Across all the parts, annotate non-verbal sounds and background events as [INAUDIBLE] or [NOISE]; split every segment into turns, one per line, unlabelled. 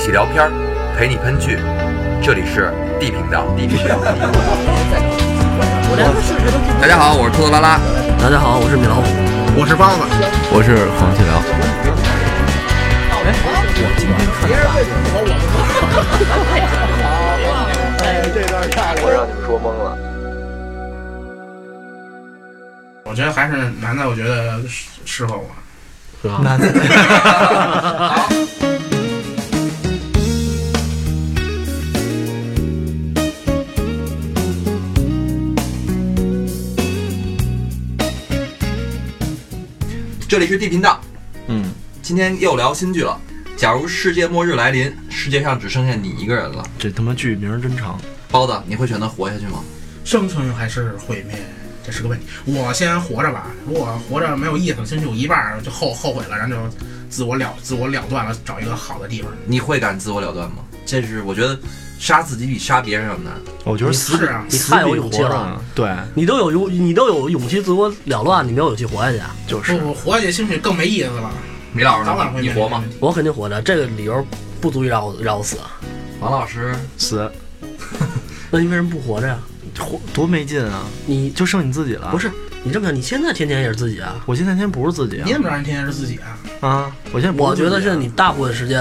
起聊片儿，陪你喷剧。这里是 D 频道。D 频道。大家好，我是兔子拉拉。
大家好，我是米老虎。
我是方子，
我是黄继辽。
我觉得还是男的，我觉得适适合我。
这里是 D 频道，
嗯，
今天又聊新剧了。假如世界末日来临，世界上只剩下你一个人了，
这他妈剧名儿真长。
包子，你会选择活下去吗？
生存还是毁灭，这是个问题。我先活着吧，如果活着没有意思，先去一半儿就后后悔了，然后就自我了自我了断了，找一个好的地方。
你会敢自我了断吗？这是我觉得杀自己比杀别人要难。
我觉得
你
死
是啊
比
你
死
太有
比
勇气
活着
了
呢。对，
你都有勇，你都有勇气自我了断，你没有勇气活下去啊？
就是
不，我活下去兴许更没意思了。
米老师
早晚
呢？
会
你
面临
活吗？
这个问题？
我肯定活着，这个理由不足以让我让我死。啊。
王老师，
死
那你为什么不活着呀、啊
活多没劲啊！
你
就剩你自己了。
不，是你这么想，你现在天天也是自己啊？
我现在天天不是自己
你怎
啊
么知道人天天是自己啊？
啊！我现在不
我
是自己啊
觉得现在你大部分时间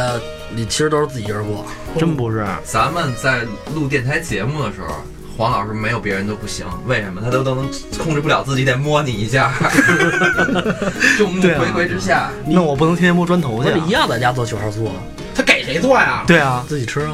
你其实都是自己一个人过。
真不是。
咱们在录电台节目的时候，黄老师没有别人都不行，为什么？他都都能控制不了自己，得摸你一下，众目
对啊
睽睽之下。
那我不能天天摸砖头
我
去啊
得。一样在家做九号醋啊，
他给谁做呀？
对啊，
自己吃啊。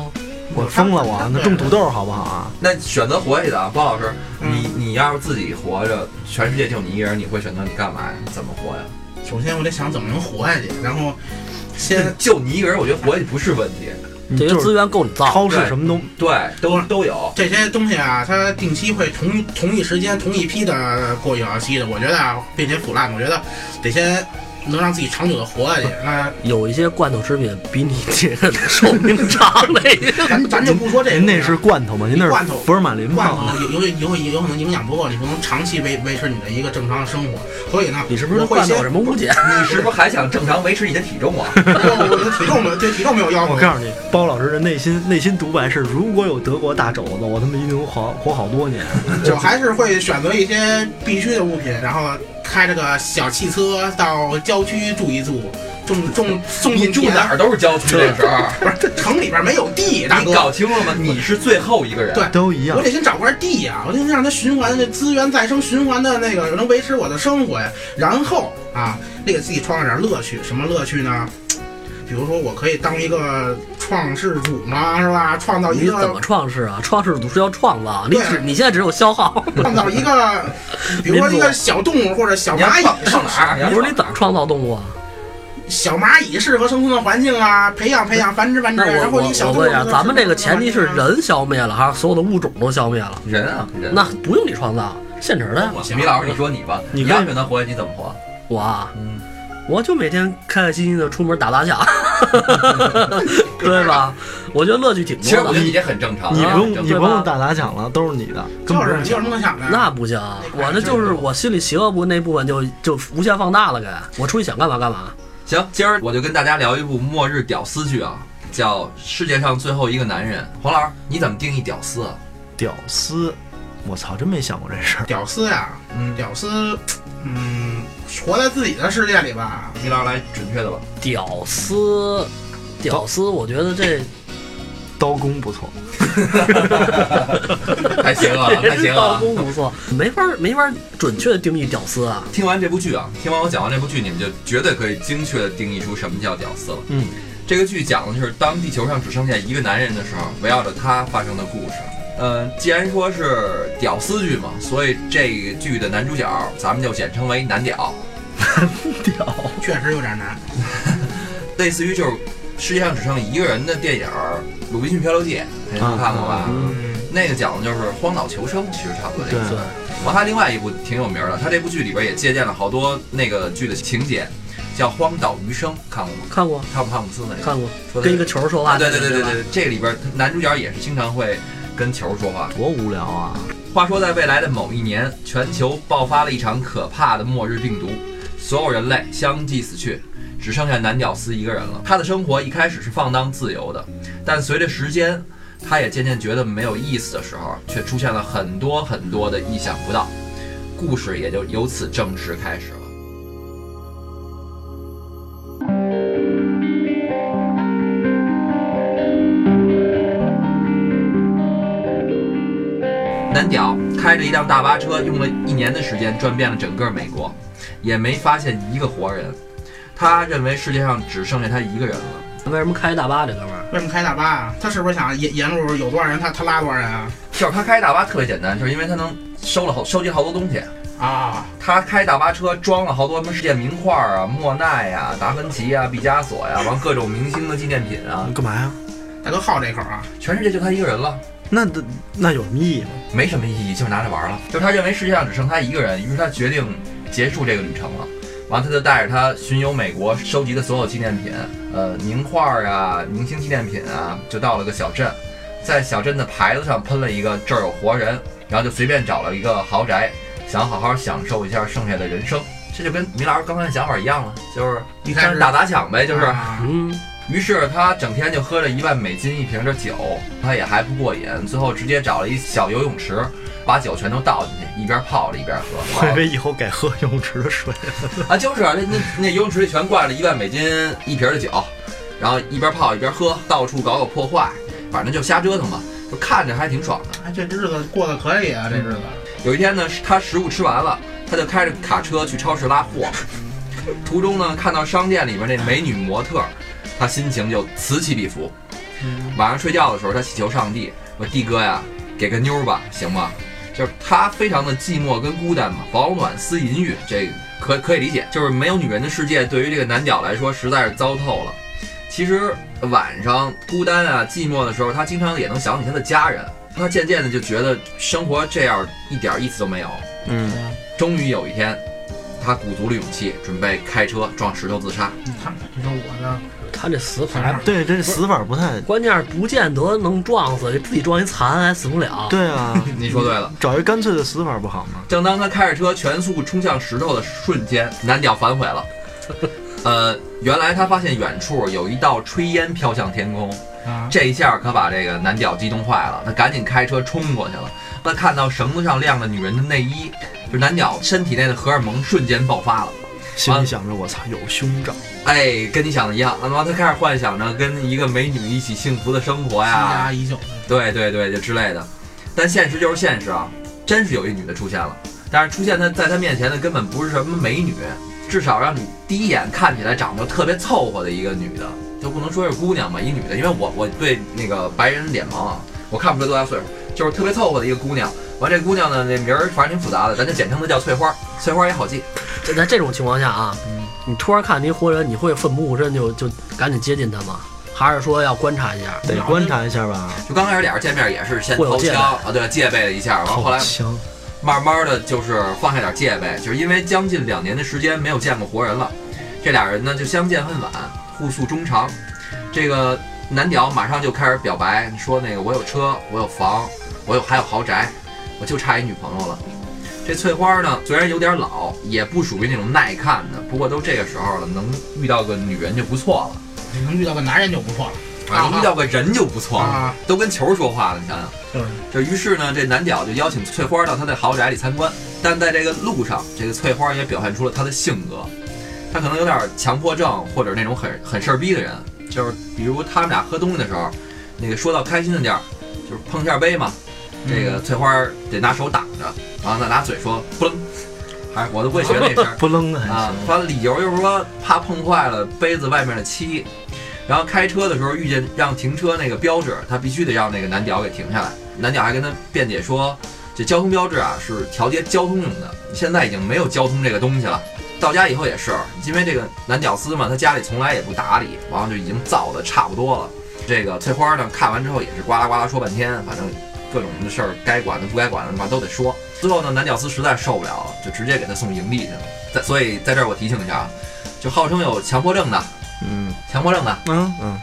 我疯了我，那种土豆好不好啊？
那选择活下去的啊，包老师，
嗯
你你要是自己活着，全世界就你一个人，你会选择你干嘛呀？怎么活呀？
首先我得想怎么能活下去，然后
[LAUGHS]
先
就你一个人，我觉得活下去不是问题。
你
这
就
些
是
资源够你造，
超市
对
什么都
对，都都有。
这些东西啊，它定期会同同一时间、同一批的过有效期的，我觉得啊，并且腐烂，我觉得得先能让自己长久的活下去。那
有一些罐头食品比你这个 [LAUGHS] 寿命长了已 [LAUGHS] 经。
咱咱就不说这个，
您那是罐头吗？您那
罐头
是福尔马林
罐
吗？
头有有有有有可能营养不够，你不能长期维维持你的一个正常的生活。所以呢，
你是不是
我
对
会
罐头
先
有什么误解？
你是不是还想正常维持你的体重啊？
我我的体重没有对体重没有要求
我。告诉你，包老师的内心内心独白是：如果有德国大肘子，我他妈一定能活活好多年。
我还是会选择一些必需的物品，然后开着个小汽车到郊区住一住，种种种
你
种
住
田
哪儿都是郊区那时候。
不是城里边没有地，大
你
哥。
搞清楚了吗？你是最后一个人。
对
都一样
我。得先找块地呀、我得先让它循环，这资源再生循环的那个能维持我的生活呀。然后啊，得给自己创造点乐趣，什么乐趣呢？比如说，我可以当一个创世主嘛，是吧？创造一
你怎
个
么，创世啊？创世是要创造，你
对啊
只你现在只有消耗。
创造一
[LAUGHS]
个，比如说一个小动物或者小
你要
蚂
放
蚁，
上哪儿？要
不是你怎么创造动物啊？
小蚂蚁适合生存的环境啊，培养培养，繁殖繁殖。
那
然
我
后你
我
小
我
动物
问一下，
适合
咱们这个前提
生
是
存的环境啊，
人消灭了，还是所有的物种都消灭了？
人啊，人。
那不用你创造，现成的呀。
我米老师，你说你吧，
你
你
看
要选择活下去，你怎么活？
我啊
嗯，
我就每天开开心心的出门打砸抢，对吧？我觉得乐趣挺
其实
多
我觉得你
的。
这很正常，
你不用，
很
你
正
不
常
用打砸抢了，都是你的，根
就
本不
是
用
你有
抢
什么能想的？
那不行，啊
那
我这就是我心里邪恶部那部分就就无限放大了，给我出去想干嘛干嘛。
行，今儿我就跟大家聊一部末日屌丝剧啊，叫《世界上最后一个男人》。黄老师，你怎么定义屌丝啊？
屌丝。我操，真没想过这事儿。
屌丝呀、
嗯，
屌丝，嗯，活在自己的世界里吧。
米老师来准
[LAUGHS]
确的吧？
屌丝，屌丝，我觉得这
刀工不错，
太邪恶
[LAUGHS]
了，太邪恶
刀
[LAUGHS]
了。啊
工不错，没法没法准确的定义屌丝啊。
听完这部剧啊，听完我讲完这部剧，你们就绝对可以精确的定义出什么叫屌丝了。
嗯，
这个剧讲的就是当地球上只剩下一个男人的时候，围绕着他发生的故事。呃，既然说是屌丝剧嘛，所以这个剧的男主角咱们就简称为男屌，
屌，
确实有点难。
类似于就是世界上只剩一个人的电影《鲁滨逊漂流记》，你们看过
啊
吧？
嗯
嗯，
那个讲的就是荒岛求生，其实差不多这个。
对
对，
我还另外一部挺有名的，他这部剧里边也借鉴了好多那个剧的情节，叫《荒岛余生》，看过吗？
看过
汤姆汉姆斯那个。
看过，
说的
跟一个球说话
啊，
那
对
个。
对对对
吧
对，这里边男主角也是经常会跟球说话。
多无聊啊！
话说在未来的某一年，全球爆发了一场可怕的末日病毒，所有人类相继死去，只剩下男屌丝一个人了。他的生活一开始是放荡自由的，但随着时间，他也渐渐觉得没有意思的时候，却出现了很多很多的意想不到，故事也就由此正式开始了。男屌开着一辆大巴车，用了一年的时间转遍了整个美国，也没发现一个活人。他认为世界上只剩下他一个人了。
为什么开大巴这哥们儿？
为什么开大巴啊？他是不是想沿沿路有多少人，他他拉多少人啊？
就是他开大巴特别简单，就是因为他能收了好收集好多东西。
啊，
他开大巴车装了好多什么世界名画啊、莫奈呀、达芬奇啊呀、毕加索呀、完各种明星的纪念品啊，
干嘛呀？
大哥好这口啊！
全世界就他一个人了。
那那有什么意义吗？ [LAUGHS]
没什么意义，就是拿着玩儿了。就是他认为世界上只剩他一个人，于是他决定结束这个旅程了。完，他就带着他巡游美国收集的所有纪念品，呃，名画儿啊、明星纪念品啊，就到了个小镇，在小镇的牌子上喷了一个“这儿有活人”，然后就随便找了一个豪宅，想好好享受一下剩下的人生。这就跟米老师刚才的想法一样了，就是
一开
算
始
是打砸抢呗，就是。
啊
嗯，
于是他整天就喝着一万美金一瓶的酒，他也还不过瘾，最后直接找了一小游泳池，把酒全都倒进去，一边泡着一边
我以 [LAUGHS]
喝。
为以后改喝游泳池的水。
啊，就是啊那那那游泳池里全挂着一万美金一瓶的酒，然后一边泡一边喝，到处搞搞破坏，反正就瞎折腾吧，就看着还挺爽的。
哎，这日子过得可以啊，这日子。
有一天呢，他食物吃完了，他就开着卡车去超市拉货。途中呢，看到商店里边那美女模特，他心情就此起彼伏。晚上睡觉的时候，他祈求上帝：“我帝哥呀，给个妞儿吧，行吗？”就是他非常的寂寞跟孤单嘛，保暖思淫欲，这可可以理解。就是没有女人的世界，对于这个男屌来说实在是糟透了。其实晚上孤单啊、寂寞的时候，他经常也能想起他的家人。他渐渐的就觉得生活这样一点意思都没有。
嗯，
啊
终于有一天，他鼓足了勇气，准备开车撞石头自杀。
你看，这是我的，
他这死法，
对，这死法不 [LAUGHS] 太
关键是不见得能撞死，自己撞一残还死不了。
对啊。
你说对了。
找一干脆的死法不好吗？
正当他开着车全速冲向石头的瞬间，男屌反悔 [LAUGHS] 了。呃，原来他发现远处有一道炊烟飘向天空，
啊，
这一下可把这个男屌激动坏了，他赶紧开车冲过去了。他看到绳子上晾着女人的内衣，就是男屌身体内的荷尔蒙瞬间爆发了。
心
啊
里想着我操，有胸罩，
哎，跟你想的一样，他妈他开始幻想着跟一个美女一起幸福的生活
积
呀，
压已久的
对对对，就之类的。但现实就是现实啊，真是有一女的出现了，但是出现在在他面前的根本不是什么美女，至少让你第一眼看起来长得特别凑合的一个女的，就不能说是姑娘吧，一女的，因为我我对那个白人脸盲啊，我看不出来多大岁数，就是特别凑合的一个姑娘。完，这姑娘呢，这名儿反正挺复杂的，咱就简称她叫翠花，翠花也好记。
这在这种情况下啊，
嗯
你突然看见一活人，你会奋不顾身就就赶紧接近他吗？还是说要观察一下？
得观察一下吧。
就刚开始俩人见面也是先
会有
掏
戒备
枪啊，对，戒备了一下，完后
好
来
香，
慢慢的就是放下点戒备，就是因为将近两年的时间没有见过活人了，这俩人呢就相见恨晚，互诉衷肠。这个男屌马上就开始表白，说那个我有车，我有房，我有还有豪宅，我就差一女朋友了。这翠花呢，虽然有点老，也不属于那种耐看的，不过都这个时候了，能遇到个女人就不错了，
你能遇到个男人就不错了啊
能遇到个人就不错了，
啊，
都跟球说话了，你想想。
就是
这于是呢，这男屌就邀请翠花到他的豪宅里参观，但在这个路上，这个翠花也表现出了他的性格，他可能有点强迫症，或者那种很很事儿逼的人，就是比如他们俩喝东西的时候，那个说到开心的地儿，就是碰一下杯嘛，这个翠花得拿手挡着，然后呢拿嘴说不楞，还我都不会学那声儿。
不愣的还
啊，
行。
他的理由就是说怕碰坏了杯子外面的漆，然后开车的时候遇见让停车那个标志，他必须得让那个男屌给停下来。男屌还跟他辩解说，这交通标志啊是调节交通用的，现在已经没有交通这个东西了。到家以后也是，因为这个男屌丝嘛，他家里从来也不打理，完了就已经造的差不多了。这个翠花呢，看完之后也是呱啦呱啦说半天，反正各种的事儿该管的不该管的嘛都得说。最后呢，男屌丝实在受不了了，就直接给他送营地去了。在所以在这儿我提醒一下啊，就号称有强迫症的、
嗯
强迫症的，
嗯嗯，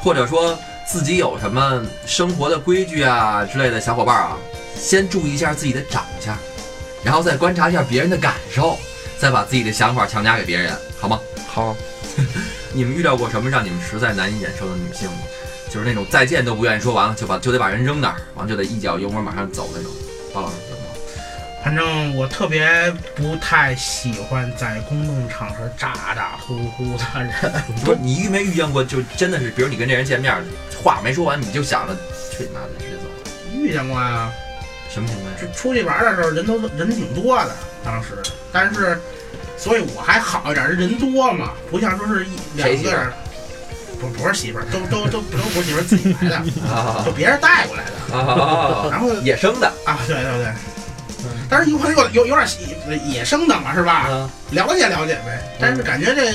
或者说自己有什么生活的规矩啊之类的小伙伴啊，先注意一下自己的长相，然后再观察一下别人的感受，再把自己的想法强加给别人，好吗？
好，
你们遇到过什么让你们实在难以忍受的女性吗？就是那种再见都不愿意说，完了就把就得把人扔那儿，完了就得一脚油门马上走那种。包老师有吗？
反正我特别不太喜欢在公众场合咋咋呼呼的人，
不是你遇没遇见过？就真的是，比如你跟这人见面，话没说完你就想着去你妈的直接走了，
[LAUGHS] 遇见过啊呀。
什么情况下？
出去玩的时候人都人挺多的，当时，但是，所以我还好一点，人多嘛，不像说是一两
谁
个人，不不是媳妇儿，都都都都不是媳妇儿自己来
[LAUGHS]
的，
啊
就别人带过来的。
啊啊！
然后
野生的
啊，对对对，但是有有有有点野生的嘛，是吧？
啊，
了解了解呗，但
嗯
是感觉这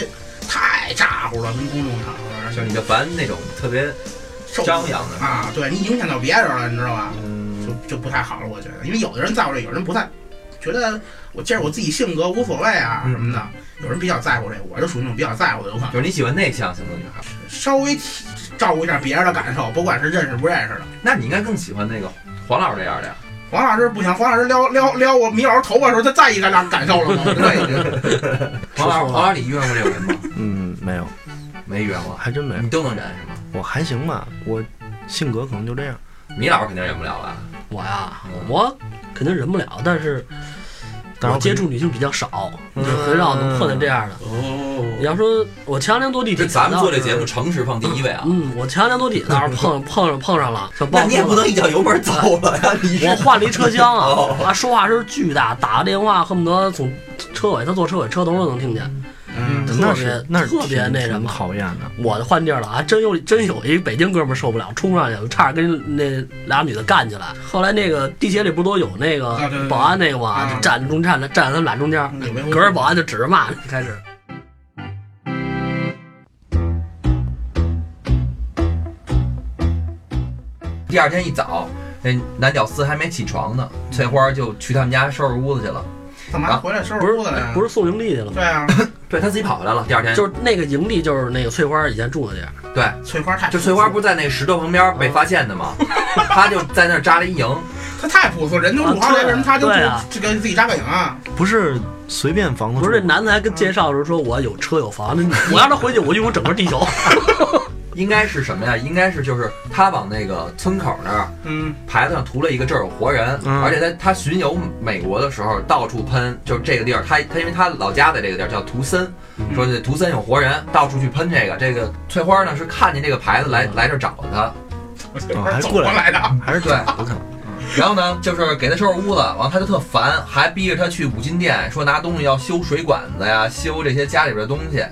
太咋呼了，跟公众场合，而
就
且
你就烦那种特别
受
嗯张扬的，
啊，对你影响到别人了，你知道吧？
嗯，
就就不太好了，我觉得，因为有的人在乎这，有人不在，觉得我这是我自己性格无所谓啊
嗯
什么的，有人比较在乎这，我就属于那种比较在乎的，我可
就是你喜欢内向型的女孩，
稍微照顾一下别人的感受，不管是认识不认识的。
那你应该更喜欢那个黄老师这样的呀。
黄老师不行，黄老师撩撩撩我米老师头发的时候，他在意咱俩感受了吗？我觉得已经
[LAUGHS]
黄老师，黄老师，你遇见过这种人吗？
嗯，没有，
没遇见 [LAUGHS] 过，
还真没有
你，都能忍是吗？
我还行吧，我性格可能就这样。
米老师肯定忍不了吧？
我呀
嗯，
我肯定忍不了，但是
但是
我
我
接触女性比较少，
嗯
就很少能碰见这样的。你
哦，
要说我前两天坐地
就
铁，
咱们做这
倒是
节目，，诚实放第一位 [LAUGHS] 啊。
嗯，我前两天坐地铁倒是碰碰上碰上了，小包
那你也
说
不能一脚油门走了呀！你是
我换了一车厢
哦
啊，他说话声巨大，打个电话恨不得从车尾，他坐车尾车头都能听见。
嗯，
特
那
别
是那是
特别
挺
那
挺
什么
讨厌的。
我换地儿了，还啊真有真有一北京哥们儿受不了，冲上去了，差点跟那俩女的干起来。后来那个地铁里不是都有那个
啊对对对
保安那个嘛，
啊嗯
就站中站站在他们俩中间，
有没有
隔着保安就指着骂，开始。
第二天一早，那男屌丝还没起床呢，翠花就去他们家收拾屋子去了。
干嘛回来收拾
不是
屋子来呀？
不
是，
是送营地去了吗？
对啊，
对他自己跑回来了。第二天
就是那个营地，就是那个翠花以前住的地儿。
对，
翠花太
就翠花不是在那个石头旁边被发现的吗？他就在那儿扎了一营。
他太朴素，人都五花来，为什么他就
对啊
就跟自己扎个影啊？
不是随便房子住，
不是，这男的还跟介绍的时候说我有车有房，那女我让他回去，我用整个地球。
应该是什么呀？应该是就是他往那个村口那儿
嗯，
牌子上涂了一个这儿有活人，
嗯
而且他他巡游美国的时候到处喷，就是这个地儿，他他因为他老家在这个地儿叫图森，说这图森有活人，到处去喷这个。这个翠花呢是看见这个牌子来来这儿找的他，
翠
哦
花
还
走
过
过
来
来的，
还是
对
不可能。
然后呢，就是给他收拾屋子，完了他就特烦，还逼着他去五金店，说拿东西要修水管子呀，修这些家里边的东西。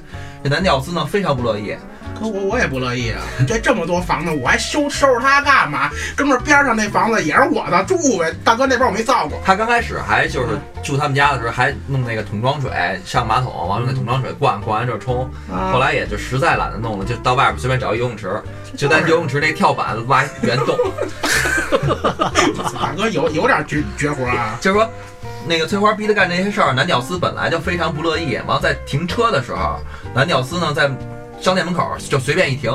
这男屌丝呢非常不乐意，
可我我也不乐意啊！这这么多房子，我还收收拾它干嘛？哥们儿边上那房子也是我的，住呗。大哥那边我没造过，
他刚开始还就是住他们家的时候还弄那个桶装水上马桶，完了用那桶装水灌，灌完之后冲。后来也就实在懒得弄了，就到外边随便找一游泳池，就在游泳池那跳板挖一圆洞。 [LAUGHS]
大哥有有点绝绝活啊！
就是说，那个翠花逼他干这些事儿，男屌丝本来就非常不乐意。完了在停车的时候，男屌丝呢在商店门口就随便一停。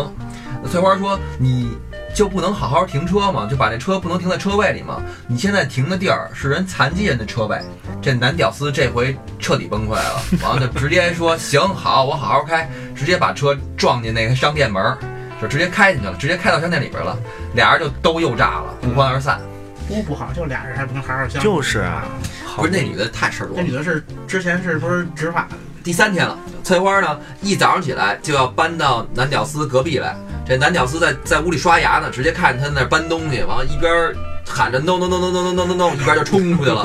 翠花说：“你就不能好好停车吗？就把这车不能停在车位里吗？你现在停的地儿是人残疾人的车位。”这男屌丝这回彻底崩溃了，完了就直接说：“行，好，我好好开。”直接把车撞进那个商店门儿，就直接开进去了，直接开到商店里边了。俩人就都又炸了，不欢而散。
不不好，就俩人还不能好好相处。
就是啊，好
不是那女的太赤裸
这
了
女。的是之前是不是执法的？
第三天了，翠花呢一早上起来就要搬到男屌丝隔壁来。这男屌丝在在屋里刷牙呢，直接看见他那儿搬东西，完了一边喊着 no no no no no no no no no，一边就冲出去了。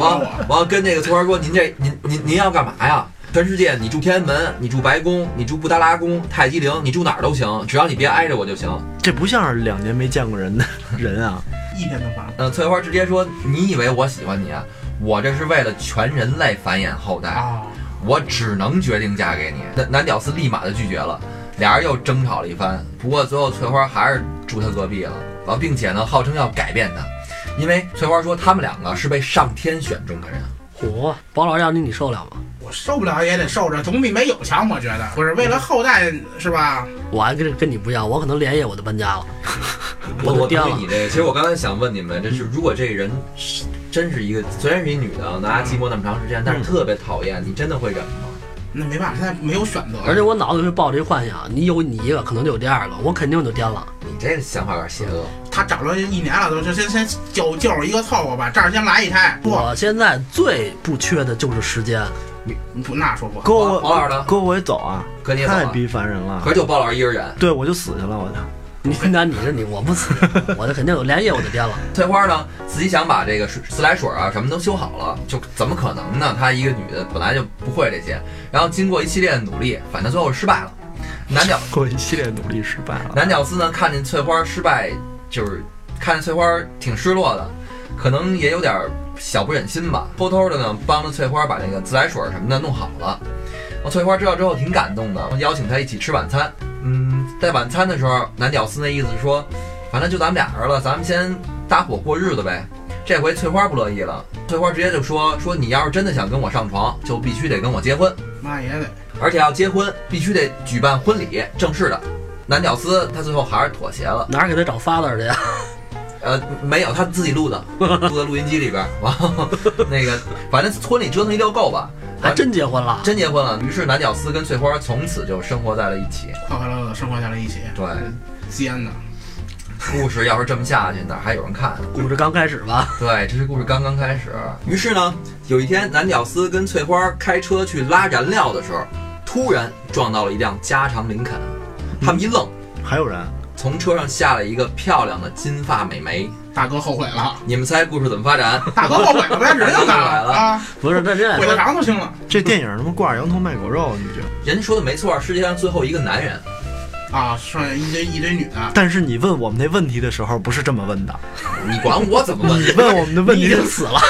完了完了跟那个翠花说：“您这您您您要干嘛呀？全世界你住天安门，你住白宫，你住布达拉宫、泰姬陵，你住哪儿都行，只要你别挨着我就行。”
这不像是两年没见
[LAUGHS]
过人的人啊！
一天的房
呃，翠花直接说：“你以为我喜欢你啊？我这是为了全人类繁衍后代。”
啊，
我只能决定嫁给你。男男屌丝立马就拒绝了，俩人又争吵了一番。不过最后翠花还是住他隔壁了，完，并且呢，号称要改变他，因为翠花说他们两个是被上天选中的人。
嚯，包老师让你你受得了吗？
我受不了也得受着，总比没有强。我觉得不是为了后代是吧？
我还跟跟你不一样，我可能连夜我就搬家了，
我
我
我
的
同
天
意
了
你这个，其实我刚才想问你们，这是如果这人是真是一个，虽然是一女的，拿她寂寞那么长时间，但是特别讨厌，你真的会忍吗？
那没办法，现在没有选择。
而且我脑子里会抱着一幻想，你有你一个，可能就有第二个，我肯定就颠了。
你这想法有点邪恶。
他找了一年了，都就先先就就是一个凑合吧，这儿先来一胎。不
我现在最不缺的就是时间，
不，那说不好。
哥
王王老师呢
我哥我也走啊，
哥你也走
太
了，
逼烦人了
可。是就包老师一个人忍。
对，我就死去了，我就 [LAUGHS]
你那你是你，我不死，我就肯定有连夜我就
[LAUGHS]
颠了。
翠花呢，自己想把这个水自来水啊什么都修好了，就怎么可能呢？她一个女的本来就不会这些，然后经过一系列的努力，反正最后失败了。男屌
我一系列努力失败了。
男屌丝呢，看见翠花失败，就是看见翠花挺失落的，可能也有点小不忍心吧，偷偷的呢帮着翠花把那个自来水什么的弄好了。哦翠花知道之后挺感动的，邀请她一起吃晚餐。嗯，在晚餐的时候，男屌丝那意思是说，反正就咱们俩人了，咱们先搭伙过日子呗。这回翠花不乐意了，翠花直接就说说你要是真的想跟我上床，就必须得跟我结婚。
那也得，
而且要结婚必须得举办婚礼，正式的。男屌丝他最后还是妥协了，
哪儿给他找 father 去呀？啊
呃，没有，他自己录
[LAUGHS]
的，录在录音机里边儿。然后那个，反正婚礼折腾一溜够吧，
还真结婚了。
真结婚了。于是男屌丝跟翠花从此就生活在了一起。
快快乐乐地生活在了一起，嗯
对，
西安的。
故事要是这么下去，哪还有人看啊？
故事刚开始吧，
对，这是故事刚刚开始。于是呢，有一天，男屌丝跟翠花开车去拉燃料的时候，突然撞到了一辆加长林肯，他们一愣，
还有人，
从车上下来一个漂亮的金发美眉。
大哥后悔了， [LAUGHS]
你们猜故事怎么发展？ [LAUGHS]
大哥后悔了呗，指定
[LAUGHS]
的啊，
不是认真来
悔得
说，
长都行了。
这电影他妈挂着羊头卖狗肉，你觉得？
人家说的没错，世界上最后一个男人，
啊，是一堆一堆女的，
但是你问我们那问题的时候不是这么问的，
你管我怎么问？
[LAUGHS] 你问我们的问
你已
题，
经死了。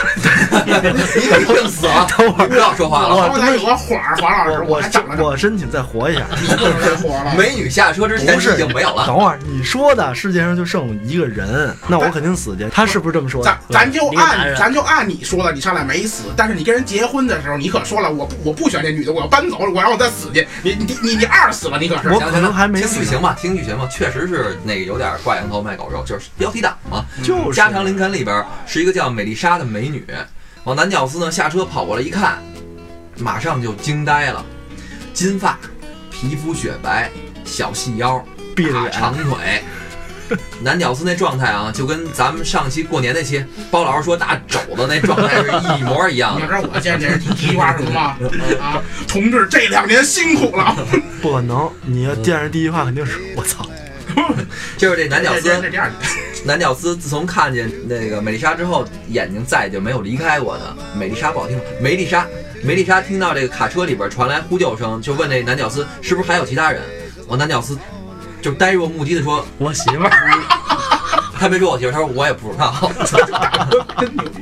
你肯定死了！
[LAUGHS] 等会儿
不要说话了。
我
刚才有个火儿，黄老师，
我我
还长了
申
这么
我申请再
[LAUGHS]
活一下。
你不能再火了。
美女下车之前
不是
已经没有了。
等会儿你说的世界上就剩一个人，那我肯定死去。他是不是这么说的
[LAUGHS] 咱？咱就
你个男
按
人
咱就按你说的，你上来没死，但是你跟人结婚的时候，你可说了，我不我不选这女的，我要搬走了，我让我再死去。你你你你二死了，你可是
我
行
可能还没
听
死
剧
呢
情吧，听剧情吧，确实是那个有点挂羊头卖狗肉，就是标题党嘛。
嗯就是
加长林肯里边是一个叫美丽莎的美女，往男屌丝呢下车跑过来一看，马上就惊呆了，金发，皮肤雪白，小细腰，
闭着
大
眼
长，
[LAUGHS]
腿。男屌丝那状态啊，就跟咱们上期过年那期包老师说大肘子那状态是一模一样
你
的
[LAUGHS]
要。知道我现在这第一句话是什么
[LAUGHS]
吗？啊，同志，这两年辛苦了。
不可能。你要
嗯
见着第一句话肯定是我操，
就是这男屌
这
丝，
这这样，
男屌丝自从看见那个美丽莎之后，眼睛再也就没有离开过她。美丽莎不好听，梅丽莎，梅丽莎听到这个卡车里边传来呼救声，就问这男屌丝是不是还有其他人。我男屌丝就呆若木鸡的说，
我媳妇儿，
[LAUGHS] 他没说我媳妇儿，他说我也不知道。 [LAUGHS]
真牛逼！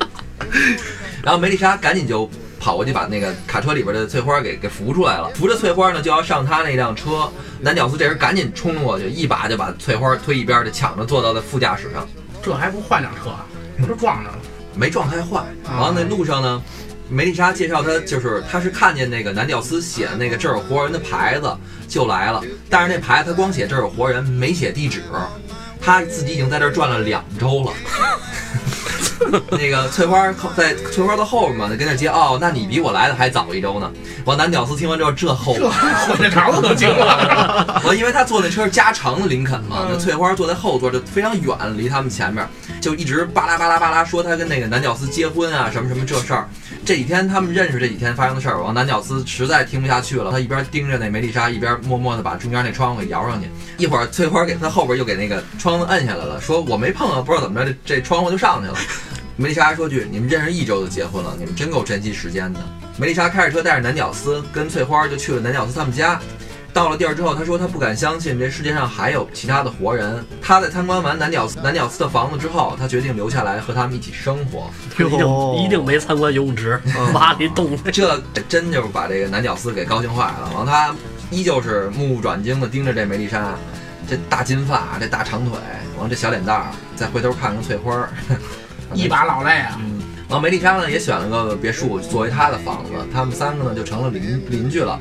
然后梅丽莎赶紧就跑过去把那个卡车里边的翠花给给扶出来了，扶着翠花呢就要上她那辆车，男屌丝这时赶紧冲过去，一把就把翠花推一边，就抢着坐到了副驾驶上，
这还不换辆车啊？不是撞着了？
没撞太坏。然后那路上呢。梅丽莎介绍他，就是他是看见那个男屌丝写的那个这儿有活人的牌子就来了，但是那牌子他光写这儿有活人，没写地址，他自己已经在这儿转了两周了。那个翠花儿在翠花儿的后面嘛，跟那接哦，那你比我来的还早一周呢。我男屌丝听完之后，这后
这火这肠子都惊了。
我因为他坐那车是加长的林肯嘛，那翠花坐在后座就非常远，离他们前面就一直巴拉巴拉巴拉说他跟那个男屌丝结婚啊什么什么这事儿。这几天他们认识这几天发生的事儿，然后男屌丝实在听不下去了，他一边盯着那梅丽莎，一边默默的把中间那窗户给摇上去。一会儿翠花给他后边又给那个窗子摁下来了，说我没碰啊，不知道怎么着这这窗户就上去了。梅丽莎还说句：“你们认识一周就结婚了，你们真够珍惜时间的。”梅丽莎开着车带着男屌丝跟翠花就去了男屌丝他们家。到了地儿之后，她说她不敢相信这世界上还有其他的活人。她在参观完男屌丝男屌丝的房子之后，她决定留下来和他们一起生活。
一定一定没参观游泳池，挖了一洞。
这真就是把这个男屌丝给高兴坏了。然后他依旧是目不转睛的盯着这梅丽莎，这大金发，这大长腿，然后这小脸蛋儿，再回头看看翠花儿， [LAUGHS]
一把老赖啊！
然后嗯梅丽莎呢也选了个别墅作为她的房子，他们三个呢就成了邻邻居了。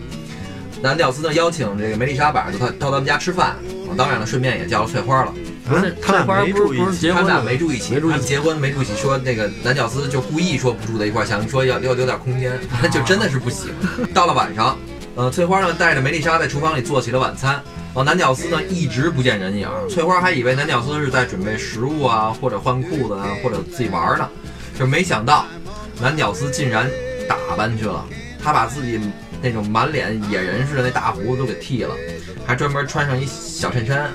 男屌丝呢邀请这个梅丽莎晚上到他到他们家吃饭，啊当然了，顺便也叫了翠花了。
啊
这，
他
这花
俩
儿
没
不
注
是
意
不是结
他
婚
们俩
了，
没住一起，
没住一
他
起
们结婚没住一起，说那个男屌 [LAUGHS]
啊 [LAUGHS]
丝就故意说不住在一块儿，想说要要留点空间，就真的是不行。到了晚上，呃，翠花呢带着梅丽莎在厨房里做起了晚餐，往南屌丝呢一直不见人影儿。翠花还以为南屌丝是在准备食物啊，或者换裤子啊，或者自己玩儿呢，这没想到南屌丝竟然打扮去了，他把自己那种满脸野人似的那大胡子都给剃了，还专门穿上一小衬衫。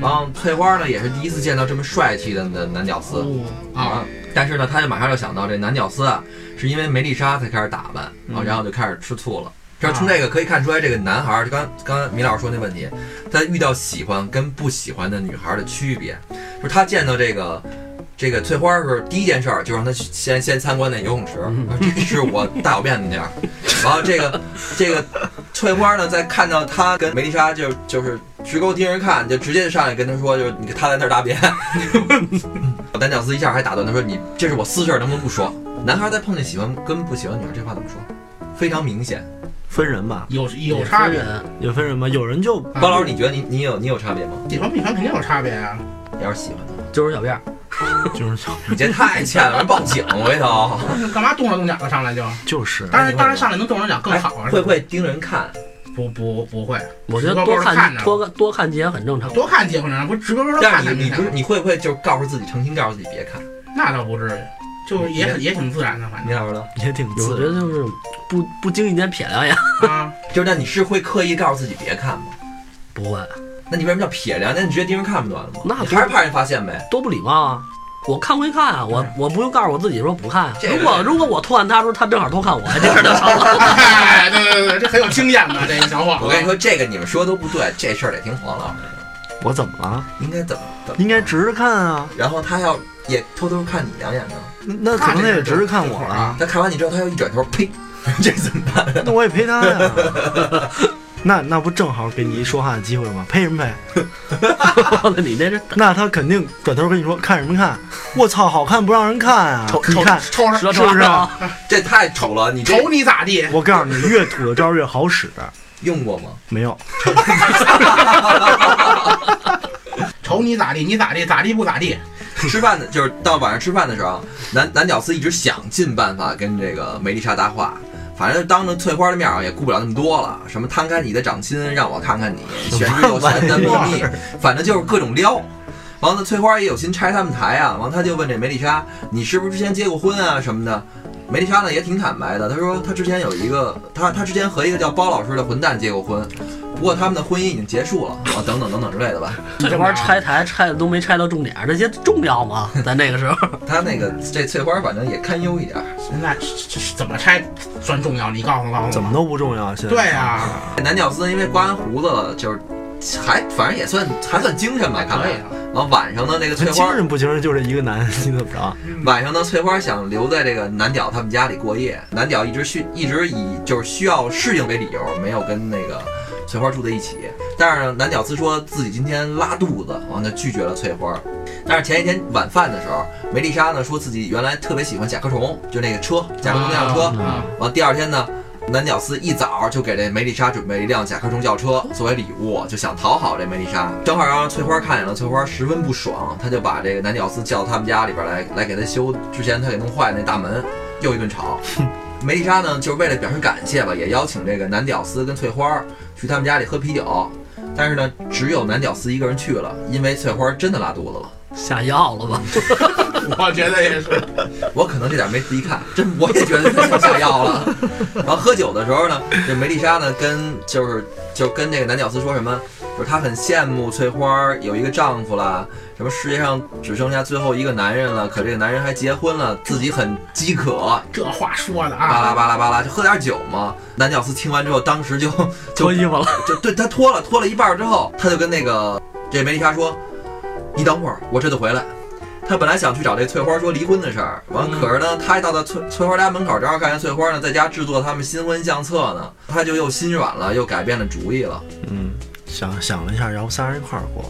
然后翠花呢也是第一次见到这么帅气的男男屌丝。
哦
啊，但是呢，他就马上就想到这男屌丝啊，是因为梅丽莎才开始打扮啊，然后就开始吃醋了。这从这个可以看出来，这个男孩儿，就刚刚才米老师说那问题，他遇到喜欢跟不喜欢的女孩儿的区别，就是他见到这个这个翠花儿的时候，第一件事儿就让他去先先参观那游泳池，啊这是我大小便的地儿。然后这个这个翠花呢，在看到他跟梅丽莎就就是直勾盯着看，就直接就上来跟他说，就是你他在那儿大便。男屌丝一下还打断他说：“你这是我私事儿，能不能不说？”男孩在碰见喜欢跟不喜欢女孩，这话怎么说？非常明显。
分人吧，
有有差别。
人，
也分人吧。有人 [LAUGHS] 就
啊
高老师，你觉得你你有你有差别吗？
喜欢不喜欢肯定有差别啊。
要是喜欢的，
就是小辫儿，
就是
你这太欠了，人报警回头。
干嘛动手动脚的上来就？
就是
当然，当然上来能动手动脚更好啊。
哎会不会盯着人看？
不不不会，
我觉得
直勾
多
勾地
看
看着
多看多看几眼很正常。
多看结婚人不直勾勾的
但
看
是
他
你
明
你不是
显，
你会不会就告诉自己，诚心告诉自己别看？
那倒不至于，就是也很也挺自然的，反
你老师呢？
也挺
我
自
觉得
然。
就是不不经意间瞥两眼，
正啊。
就是那你是会刻意告诉自己别看吗？
不会
那你为什么叫撇梁？那你直接盯着看不就完了吗？
啊
那
你还是怕人发现呗。
多不礼貌啊。我看归看啊，我我不用告诉我自己说不看啊。
这个
如果如果我偷看他的时候，他正好偷看我，这事儿就成
[LAUGHS]
了。
哎，对对对，这很有经验的这个小伙子。
我跟你说，这个你们说都不对，这事儿得听黄老师的，
我怎么了？
应该怎么怎么？
应该直着看啊，
然后他要也偷偷看你两眼呢，
那那可能他也直着看我啊，
他看完你之后，他要一转头，呸， [LAUGHS] 这怎么办？
那我也陪他呀。啊 [LAUGHS] 那那不正好给你一说话的机会吗？陪什么陪？
那你这是
那他肯定转头跟你说看什么看？我操，好看不让人看啊！你看，
瞅瞅
舌
是不是啊
头
这太丑了，你这
瞅你咋地？
我告诉你，越土的招越好使。
用过吗？ [LAUGHS]
没有，
瞅你咋地？你咋地？咋地不咋地？
吃饭的，就是到晚上吃饭的时候，啊男男屌丝一直想尽办法跟这个梅丽莎搭话，反正当着翠花的面儿也顾不了那么多了，什么摊开你的掌心，让我看看你，玄之又玄的秘密，反正就是各种撩。完了，翠花也有心拆他们台啊，完了他就问这梅丽莎，你是不是之前结过婚啊什么的。梅丽莎呢也挺坦白的，她说她之前有一个，她她之前和一个叫包老师的混蛋结过婚，不过他们的婚姻已经结束了，啊等等等等之类的吧。
这玩意儿拆台拆的都没拆到重点儿，这些重要吗？在那个
[LAUGHS]
时候，
她那个这翠花反正也堪忧一点儿。
现在这这这怎么拆算重要？你告诉我，告诉
怎
我
么。都不重要。现在
对啊呀，
男屌丝因为刮完胡子了，就是还反正也算还算精神吧，看来。然后晚上呢，那个翠
精
花，
神不精神就这一个男，你怎么着？
晚上呢，翠花想留在这个男屌他们家里过夜。男屌一直需一直以就是需要适应为理由，没有跟那个翠花住在一起。但是呢，男屌丝说自己今天拉肚子，完了就拒绝了翠花。但是前一天晚饭的时候，梅丽莎呢说自己原来特别喜欢甲壳虫，就那个车甲壳虫那辆车。
啊
完第二天呢，男屌丝一早就给这梅丽莎准备了一辆甲壳虫轿车作为礼物，就想讨好这梅丽莎。正好让翠花看见了，翠花十分不爽，她就把这个男屌丝叫到他们家里边来，来给他修之前他给弄坏的那大门，又一顿吵。梅丽莎呢，就是为了表示感谢吧，也邀请这个男屌丝跟翠花去他们家里喝啤酒。但是呢，只有男屌丝一个人去了，因为翠花真的拉肚子了。
下药了吧？
我觉得也是。
我可能这点没仔细看，真我也觉得他像下药 [LAUGHS] 了。然后喝酒的时候呢，这梅丽莎呢跟就是就跟这个男屌丝说什么，就是她很羡慕翠花有一个丈夫了，什么世界上只剩下最后一个男人了，可这个男人还结婚了，自己很饥渴，
这话说的
巴拉
啊，
巴拉巴拉，就喝点酒嘛。男屌丝听完之后，当时就就
脱衣服了，
就对他脱了，脱了一半儿之后，他就跟那个这梅丽莎说：“你等会儿，我这就回来。”他本来想去找这翠花说离婚的事儿，完了可是呢，他一到到翠翠花家门口，正好看见翠花呢在家制作他们新婚相册呢，他就又心软了，又改变了主意了。
嗯，想想了一下，要不仨人一块儿过吧，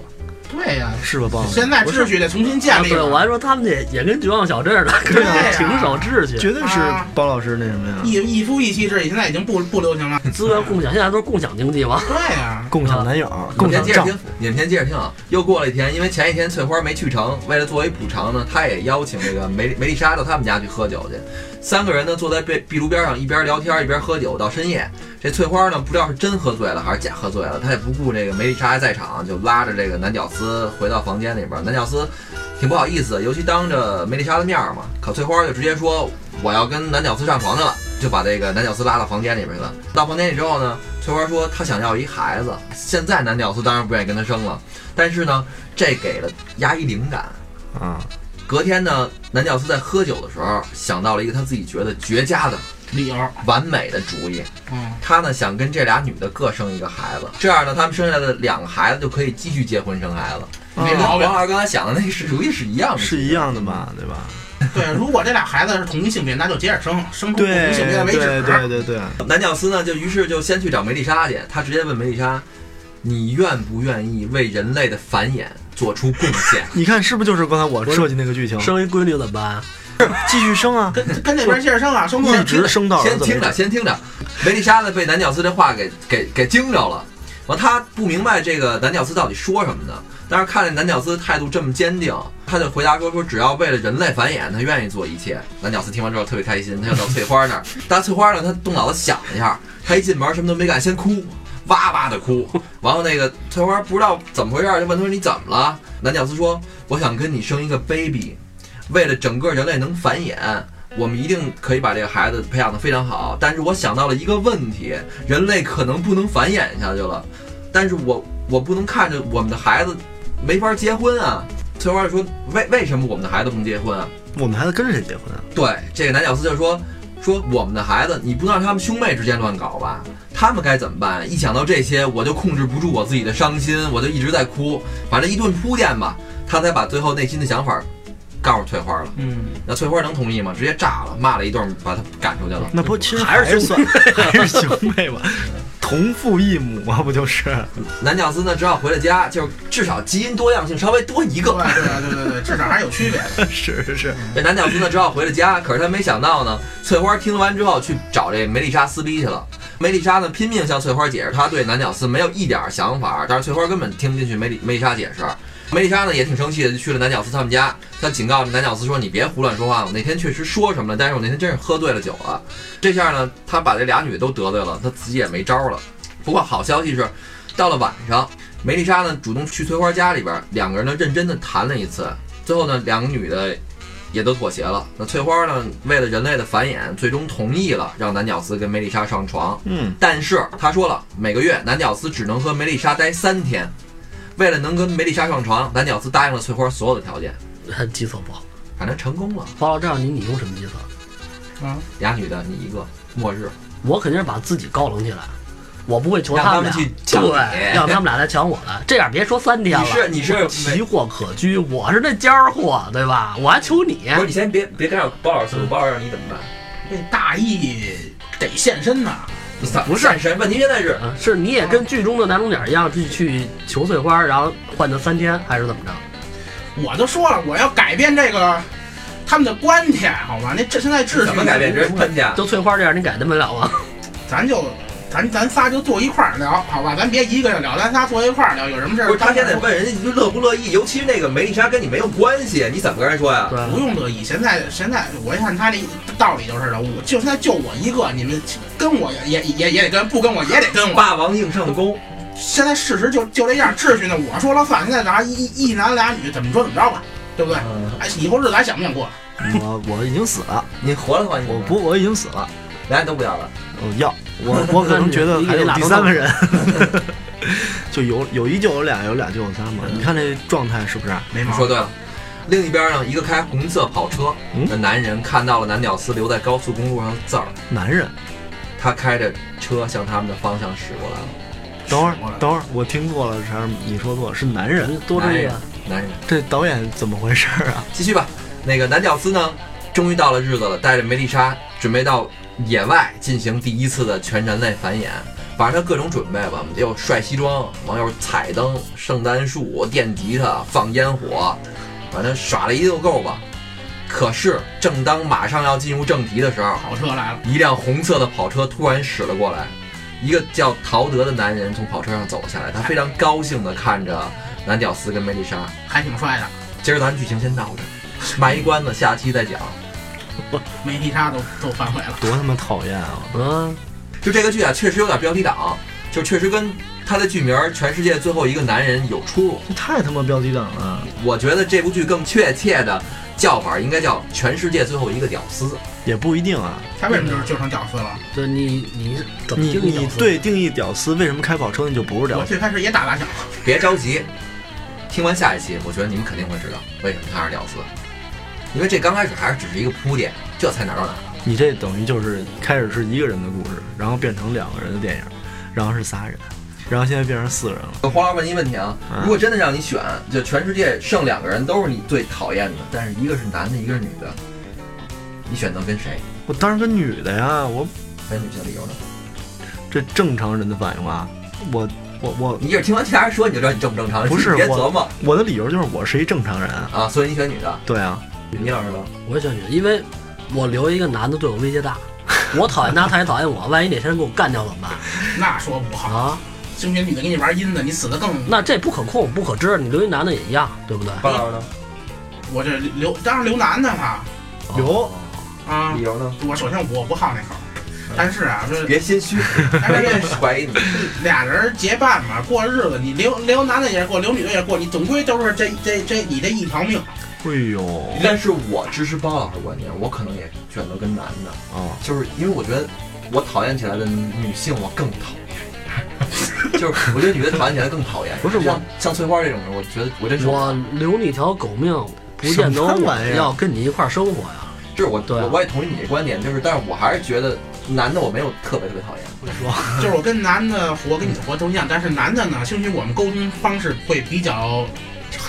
对呀，
是吧，棒子？
现在秩序得重新建立
对，我
了。
还说他们也也跟绝望小镇似的，跟
对
啊
挺守秩序，
绝对是包老师那什么呀？
一一夫一妻制现在已经不不流行了。
资源共享，现在都是共享经济嘛。
对呀，
共享男友，
你
啊
共
们先
享
接着
账
听，你们先接着听啊。又过了一天，因为前一天翠花没去成，为了作为补偿呢，他也邀请这个梅梅丽莎到他们家去喝酒去。三个人呢坐在壁壁炉边上，一边聊天一边喝酒，到深夜。这翠花呢，不知道是真喝醉了还是假喝醉了，她也不顾这个梅丽莎还在场，就拉着这个男屌丝回到房间里边。男屌丝挺不好意思，尤其当着梅丽莎的面儿嘛。可翠花就直接说我要跟男屌丝上床去了，就把这个男屌丝拉到房间里面去了。到房间里之后呢，翠花说她想要一孩子，现在男屌丝当然不愿意跟她生了，但是呢，这给了压一灵感。
啊，
隔天呢，男屌丝在喝酒的时候想到了一个他自己觉得绝佳的、
理由，
完美的主意。
嗯，
他呢想跟这俩女的各生一个孩子，这样呢，他们生下来的两个孩子就可以继续结婚生孩子。
啊
这跟王老师刚才想的那个是主意是一样的，
是一样的嘛，对吧？
对，如果这俩孩子是同一性别，那就接着生，生出
对
同一性别为
对
止。啊
对对对，
男屌丝呢，就于是就先去找梅丽莎去，他直接问梅丽莎：“你愿不愿意为人类的繁衍做出贡献
你看是不是就是刚才我设计那个剧情？
生一闺女怎么办？啊
继续生啊，
跟跟那边接着生啊，生不
一直生到？”儿
先
子
听
为
着，
止。
先听着。梅丽莎呢，被男屌丝这话给给给惊着了。完，他不明白这个男屌丝到底说什么呢，但是看见男屌丝态度这么坚定，他就回答说：“说只要为了人类繁衍，他愿意做一切。”男屌丝听完之后特别开心，他又到翠花那儿。但翠花呢，他动脑子想了一下，他一进门什么都没干，先哭，哇哇的哭。完后那个翠花不知道怎么回事儿，就问他说：“你怎么了？”男屌丝说：“我想跟你生一个 baby，为了整个人类能繁衍。”我们一定可以把这个孩子培养得非常好，但是我想到了一个问题，人类可能不能繁衍下去了，但是我我不能看着我们的孩子没法结婚啊。翠花就说：“为为什么我们的孩子不能结婚啊
我们孩子跟谁结婚啊？？”
对，这个男屌丝就说：“说我们的孩子，你不能让他们兄妹之间乱搞吧？他们该怎么办？一想到这些，我就控制不住我自己的伤心，我就一直在哭，反正一顿铺垫吧，他才把最后内心的想法告诉翠花了。
嗯，
那翠花能同意吗？直接炸了，骂了一顿，把他赶出去了。
那不其实
还是
是
兄
算嗯 [LAUGHS] 还是兄妹吧，同父异母嘛，不就是？ [LAUGHS]
男屌丝呢，只好回了家，就是至少基因多样性稍微多一
对
个。
对对对对，至少还是有区别。
是是是，
这男屌丝呢，只好回了家。可是他没想到呢，翠花听完之后去找这梅丽莎撕逼去了。梅丽莎呢，拼命向翠花解释，她对男屌丝没有一点想法，但是翠花根本听不进去梅丽梅丽莎解释。梅丽莎呢也挺生气的，就去了男屌丝他们家，她警告男屌丝说：“你别胡乱说话，我那天确实说什么了，但是我那天真是喝醉了酒了。”这下呢，她把这俩女的都得罪了，她自己也没招了。不过好消息是，到了晚上，梅丽莎呢主动去翠花家里边，两个人呢认真的谈了一次，最后呢，两个女的也都妥协了。那翠花呢，为了人类的繁衍，最终同意了让男屌丝跟梅丽莎上床。
嗯，
但是她说了，每个月男屌丝只能和梅丽莎待三天。为了能跟梅丽莎上床，男屌丝答应了翠花所有的条件，
他计策不好。
反正成功了。
王老丈，你你用什么计策？
啊，
俩女的，你一个，末日，
我肯定是把自己高冷起来，我不会求
让他
们
们
俩，
去抢你
对，让他们俩来抢我来。这样别说三天了，
你是你是
奇货可居，我是那尖儿货，对吧？我还求你
不是你先别别干扰包老师，包老师让你怎么办？
这大义得现身呐。
不是，是问题现在是
啊？是你也跟剧中的男主角一样去去求翠花，然后换他三天，还是怎么着？
我都说了，我要改变这个他们的观点，好吧？那这现在秩序
怎么改变？人搬家。
就翠花这样，你改得不
[LAUGHS]
了吗？
咱就咱咱仨就坐一块儿聊，好吧？咱别一个人聊，咱仨坐一块儿聊，有什么事
不
儿
是他现在问人家你就乐不乐意，尤其是那个梅丽莎跟你没有关系，你怎么跟人说呀？
对吧
不用乐意，现在现在我一看他这道理就是了，我就现在就我一个，你们跟我也也也也得跟，不跟我也得跟我。
霸王硬上弓，
现在事实就就这样，秩序呢，我说了算。现在咱一一一男俩女，怎么说怎么着吧，对不对？哎，以后日子还想不想过？
我我已经死了，
你活了吗？你
我不，我已经死了，
俩你都不要了。
我要我我可能觉得还有第三个人， [LAUGHS] 就有有一就有俩，有俩就有三嘛。你看这状态是不是？啊
没
你
毛
说
病。
对了。另一边呢，一个开红色跑车
嗯
的男人看到了男屌丝留在高速公路上的字儿，
男人，
他开着车向他们的方向驶过来了。
等会儿
什么了
等会儿，我听错了，啥？你说错了，是男人。
多注
男
意
人
啊！，
男人，
这导演怎么回事儿啊？
继续吧。那个男屌丝呢，终于到了日子了，带着梅丽莎准备到野外进行第一次的全人类繁衍。反正他各种准备吧，又帅西装，完又是彩灯、圣诞树、电吉他、放烟火，反正耍了一溜够吧。可是，正当马上要进入正题的时候，
跑车来了，
一辆红色的跑车突然驶了过来，一个叫陶德的男人从跑车上走了下来，他非常高兴地看着男屌丝跟梅丽莎。
还挺帅的。
啊今儿咱剧情先到这儿，卖一关子，下期再讲。
没提他都都反悔了。
[LAUGHS] 多他妈讨厌啊！
嗯，
就这个剧啊，确实有点标题党，就确实跟他的剧名《全世界最后一个男人》有出入。
这太他妈标题党了，
我觉得这部剧更确切的叫法应该叫《全世界最后一个屌丝》。
也不一定啊。
他为什么就是就成屌丝了？
就你你怎么
你
定义
你
屌丝
对定义嗯屌丝，为什么开跑车那就不是
我
屌丝？
最开始也打打小，
别着急，听完下一期，我觉得你们肯定会知道为什么他是屌丝，因为这刚开始还是只是一个铺垫，这才哪儿到哪儿。
你这等于就是开始是一个人的故事，然后变成两个人的电影，然后是仨人，然后现在变成四人了。
黄老师问你一问题啊，
嗯
如果真的让你选，就全世界剩两个人都是你最讨厌的，但是一个是男的，一个是女的，你选择跟谁？
我当然跟女的呀，我
选女性的理由呢？
这正常人的反应啊，我我我
你一会儿听完其他人说你就知道你正不正常，
不是
你别
我
琢磨
我的理由就是我是一正常人。
啊。所以你选女的，
对啊，
你老师呢？
我也选女的，因为我留一个男的对我威胁大，我讨厌他，他也讨厌我，万一哪天给我干掉怎么办
那说不好，
啊？
就那女的给你玩阴的，你死的更……
那这不可控，不可知，你留一男的也一样，对不对？
包老师呢？
我这留当然留男的嘛
哦
有
啊
理！由呢？
我首先我我不好那口，但是啊，就是
别心虚，
但是这
怀疑你。
俩人结伴嘛，过日子，你留留男的也过，留女的也过，你总归都是这这这你这一条命。
哎呦，啊、
但是我支持包老师观点，我可能也选择跟男的，
哦
就是因为我觉得我讨厌起来的女性我更讨厌， [LAUGHS] 就是我觉得女的讨厌起来更讨厌。
不是我
像像翠花这种人，我觉得我真受不
我
了。
留你条狗命，不见
什
得
么
我
玩意儿
要跟你一块儿生活呀。
就是我
对啊
我我也同意你这观点，就是但是我还是觉得男的我没有特别特别讨厌。
不说
就是我跟男的活跟你活都一样，但是男的呢，兴许我们沟通方式会比较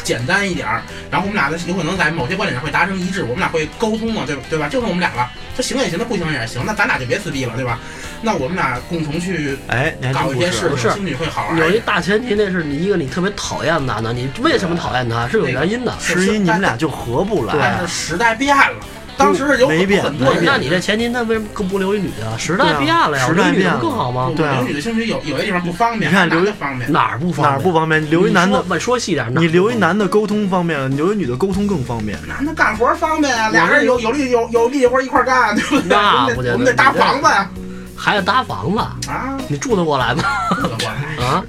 简单一点儿，然后我们俩的有可能在某些观点上会达成一致，我们俩会沟通嘛，对吧对吧？就剩我们俩了，这行也行，那不行也行，那咱俩就别撕逼了，对吧？那我们俩共同去
哎，你还
搞
真
一
不
些
是
事
不
情，
是
兴许会好玩
有
一
一
点。
大前提，那是你一个你特别讨厌的男的，你为什么讨厌他是有原因的。
十一，你们俩就合不来
但
啊
是。时代变了，当时有
没变
很多
没
人
变
那你这前提，那为什么更不留一女的？时代变了
对
呀，
啊时代
留一女
变
的
了
不更好吗？
对啊
有女的兴许有有些地方不方便，
你看
男
刘
的方便。
哪儿不方
哪儿不方便？留一男的，
你说说细点，哪儿
你
不
留一
方便
男的沟通方便，你留一女的沟通更方便。
男的干活方便啊，俩
我是
人有有力有有力活一块儿干，对不对？
那
我们
不
得
得
我们得搭
那不得
房子呀。
还得搭房子，
啊，
你住得过来吗？
不得过来。
啊，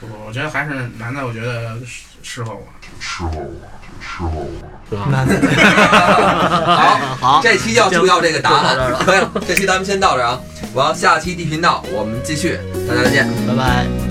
不不，我觉得还是男的，我觉得适适合我。
是吧？
男的，
好，
好，
这期要就要这个答
就到这
案，可以了。这期咱们先到这儿啊，我要下期地频道我们继续，大家再见。
拜拜。